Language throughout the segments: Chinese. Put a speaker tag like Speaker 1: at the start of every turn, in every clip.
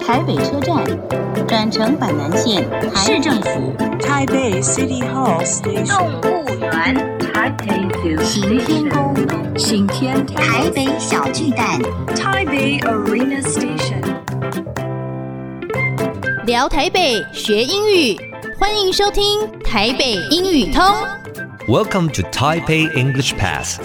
Speaker 1: 台北车站，转乘板南线台
Speaker 2: 市
Speaker 1: 政
Speaker 2: 政
Speaker 1: 府
Speaker 2: Taipei City Hall Station，
Speaker 3: 动物园、
Speaker 1: 行天宫、
Speaker 2: 行天
Speaker 1: 台北小巨蛋。
Speaker 3: Taipei Arena Station。
Speaker 4: 聊台北学英语，欢迎收听《台北英语通》。
Speaker 5: Welcome to Taipei English Pass.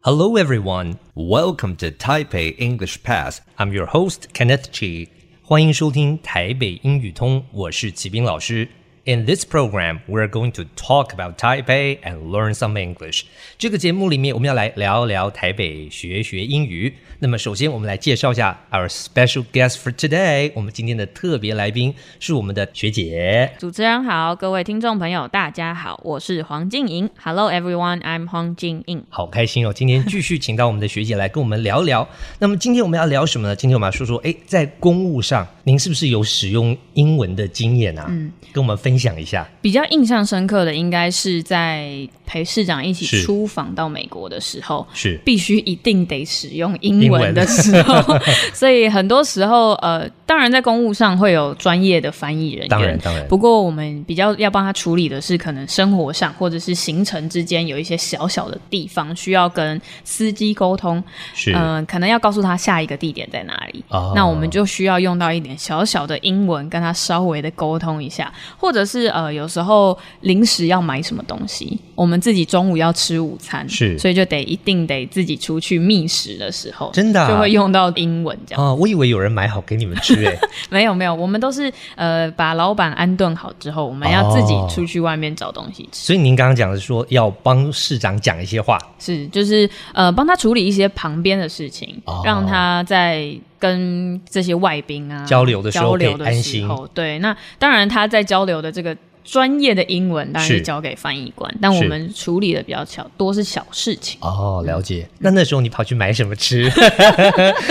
Speaker 5: Hello, everyone. Welcome to Taipei English Pass. I'm your host, Kenneth Chi. 欢迎收听台北英语通，我是齐斌老师。In this program, we're going to talk about Taipei and learn some English. 这个节目里面，我们要来聊聊台北，学学英语。那么，首先我们来介绍一下 our special guest for today. 我们今天的特别来宾是我们的学姐。
Speaker 6: 主持人好，各位听众朋友，大家好，我是黄静莹。Hello everyone, I'm 黄静莹。
Speaker 5: 好开心哦！今天继续请到我们的学姐来跟我们聊聊。 那么今天我们要聊什么呢？今天我们要说说，哎，在公务上，您是不是有使用英文的经验啊？嗯，跟我们分享一下。
Speaker 6: 比较印象深刻的，应该是在陪市长一起
Speaker 5: 是
Speaker 6: 出访到美国的时候，
Speaker 5: 是
Speaker 6: 必须一定得使用英
Speaker 5: 英文
Speaker 6: 文的时候， 所以很多时候，呃，当然在公务上会有专业的翻译人员，
Speaker 5: 当然当然
Speaker 6: 不过我们比较要帮他处理的是，可能生活上或者是行程之间有一些小小的地方需要跟司机沟通，
Speaker 5: 是
Speaker 6: 嗯、可能要告诉他下一个地点在哪里，
Speaker 5: 哦
Speaker 6: 那我们就需要用到一点小小的英文跟他稍微的沟通一下，或者是呃有时候临时要买什么东西，我们自己中午要吃午餐，
Speaker 5: 是
Speaker 6: 所以就得一定得自己出去觅食的时候，
Speaker 5: 真的啊
Speaker 6: 就会用到英文这样。
Speaker 5: 啊、我以为有人买好给你们吃哎 诶。
Speaker 6: 没有没有，我们都是呃把老板安顿好之后，我们要自己
Speaker 5: 哦
Speaker 6: 出去外面找东西吃，
Speaker 5: 所以您刚刚讲的是说要帮市长讲一些话，
Speaker 6: 是就是呃帮他处理一些旁边的事情，
Speaker 5: 哦
Speaker 6: 让他在。跟这些外宾啊
Speaker 5: 交流的时候
Speaker 6: 交流
Speaker 5: 可以
Speaker 6: 的
Speaker 5: 安
Speaker 6: 时
Speaker 5: 心
Speaker 6: 候对，那当然他在交流的这个专业的英文当然
Speaker 5: 是
Speaker 6: 是交给翻译官，但我
Speaker 5: 是
Speaker 6: 们处理的比较小，多是小事情。
Speaker 5: 哦，了解。那那时候你跑去买什么吃？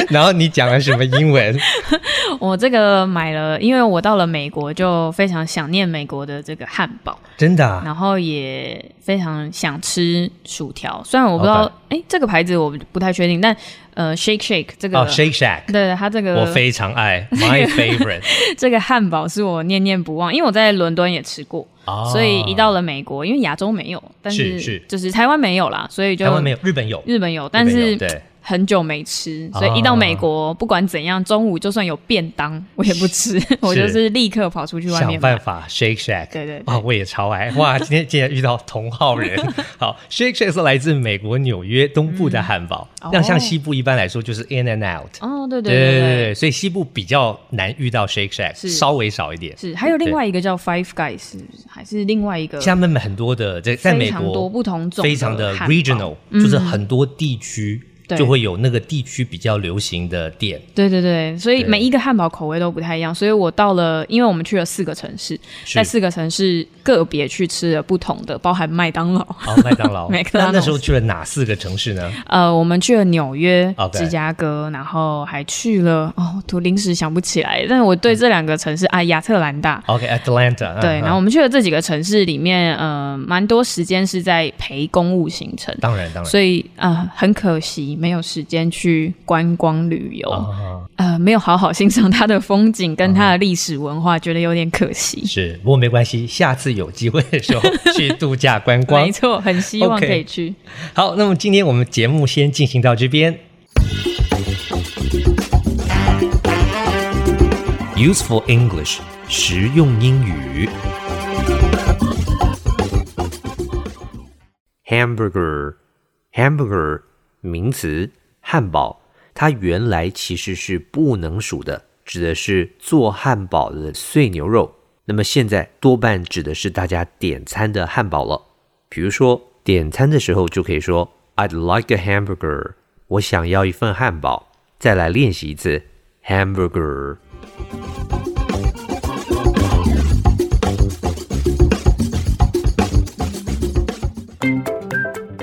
Speaker 5: 然后你讲了什么英文？
Speaker 6: 我这个买了，因为我到了美国就非常想念美国的这个汉堡，
Speaker 5: 真的、啊？
Speaker 6: 然后也非常想吃薯条，虽然我不知道
Speaker 5: OK，
Speaker 6: 哎、这个牌子我不太确定，但呃，Shake Shake 这个，
Speaker 5: 哦，Shake Shack，
Speaker 6: 对它这个
Speaker 5: 我非常爱，My favorite。
Speaker 6: 这个汉堡是我念念不忘，因为我在伦敦也吃过，
Speaker 5: 哦
Speaker 6: 所以一到了美国，因为亚洲没有，但
Speaker 5: 是是
Speaker 6: 就是台湾没有啦，所以就
Speaker 5: 台湾没有，日本有，
Speaker 6: 日本有，但是
Speaker 5: 对
Speaker 6: 很久没吃，
Speaker 5: 啊
Speaker 6: 所以一到美国，不管怎样，中午就算有便当，我也不 吃，我就是立刻跑出去
Speaker 5: 哦
Speaker 6: 外
Speaker 5: 想
Speaker 6: 面
Speaker 5: 办
Speaker 6: 买。
Speaker 5: 法 Shake Shack，
Speaker 6: 对对对
Speaker 5: 啊，我也超爱 哇！今天竟然遇到同号人，好，Shake Shack 是来自美国纽约东部的汉堡，
Speaker 6: 嗯
Speaker 5: 那、像
Speaker 6: 哦
Speaker 5: 西部一般来说就是 In and Out，、
Speaker 6: 哦，对对对
Speaker 5: 对
Speaker 6: 对，
Speaker 5: 所以西部比较难遇到 Shake Shack，
Speaker 6: 是
Speaker 5: 稍微少一点。
Speaker 6: 是，还有另外一个叫 Five Guys，是不是还是另外一个
Speaker 5: 像他们很多的在在美
Speaker 6: 非常多
Speaker 5: 国
Speaker 6: 不同种，
Speaker 5: 非常的 regional，、就是很多地区
Speaker 6: 嗯对
Speaker 5: 就会有那个地区比较流行的店。
Speaker 6: 对对对，所以
Speaker 5: 对
Speaker 6: 每一个汉堡口味都不太一样。所以我到了，因为我们去了四个城市，
Speaker 5: 是
Speaker 6: 在四个城市个别去吃了不同的，包含麦当劳。
Speaker 5: 哦，麦当 劳。那那
Speaker 6: McDonald's
Speaker 5: 时候去了哪四个城市呢？
Speaker 6: 呃，我们去了纽约、
Speaker 5: OK
Speaker 6: 芝加哥，然后还去了哦，我突临时想不起来，但是我对这两个城市啊，亚特兰大。
Speaker 5: OK，Atlanta、
Speaker 6: 对，
Speaker 5: 嗯
Speaker 6: 然后我们去了这几个城市里面，呃，蛮多时间是在陪公务行程，
Speaker 5: 当然当然，
Speaker 6: 所以啊、呃很可惜没有时间去观光旅游。
Speaker 5: 啊
Speaker 6: 呃，没有好好欣赏它的风景
Speaker 5: 哦
Speaker 6: 跟它的历史文化，觉得有点可惜。
Speaker 5: 是，不过没关系，下次有机会的时候去度假观光
Speaker 6: 没。错，很希望
Speaker 5: OK
Speaker 6: 可以去。
Speaker 5: 好，那么今天我们节目先进行到这边。Useful English，实用英语。Hamburger，hamburger 名词，汉堡。它原来其实是不能数的，指的是做汉堡的碎牛肉。那么现在多半指的是大家点餐的汉堡了。比如说点餐的时候就可以说 I'd like a hamburger，我想要一份汉堡。再来练习一次 hamburger。